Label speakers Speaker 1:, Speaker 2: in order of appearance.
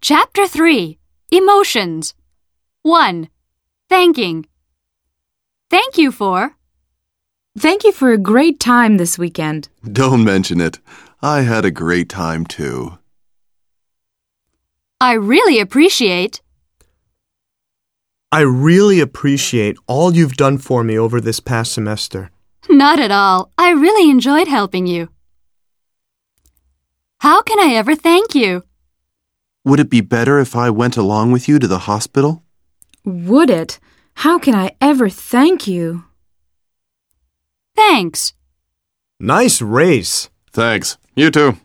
Speaker 1: Chapter 3 Emotions 1. Thanking. Thank you for.
Speaker 2: Thank you for a great time this weekend.
Speaker 3: Don't mention it. I had a great time too.
Speaker 1: I really appreciate.
Speaker 4: I really appreciate all you've done for me over this past semester.
Speaker 1: Not at all. I really enjoyed helping you. How can I ever thank you?
Speaker 3: Would it be better if I went along with you to the hospital?
Speaker 2: Would it? How can I ever thank you?
Speaker 1: Thanks.
Speaker 4: Nice race.
Speaker 3: Thanks. You too.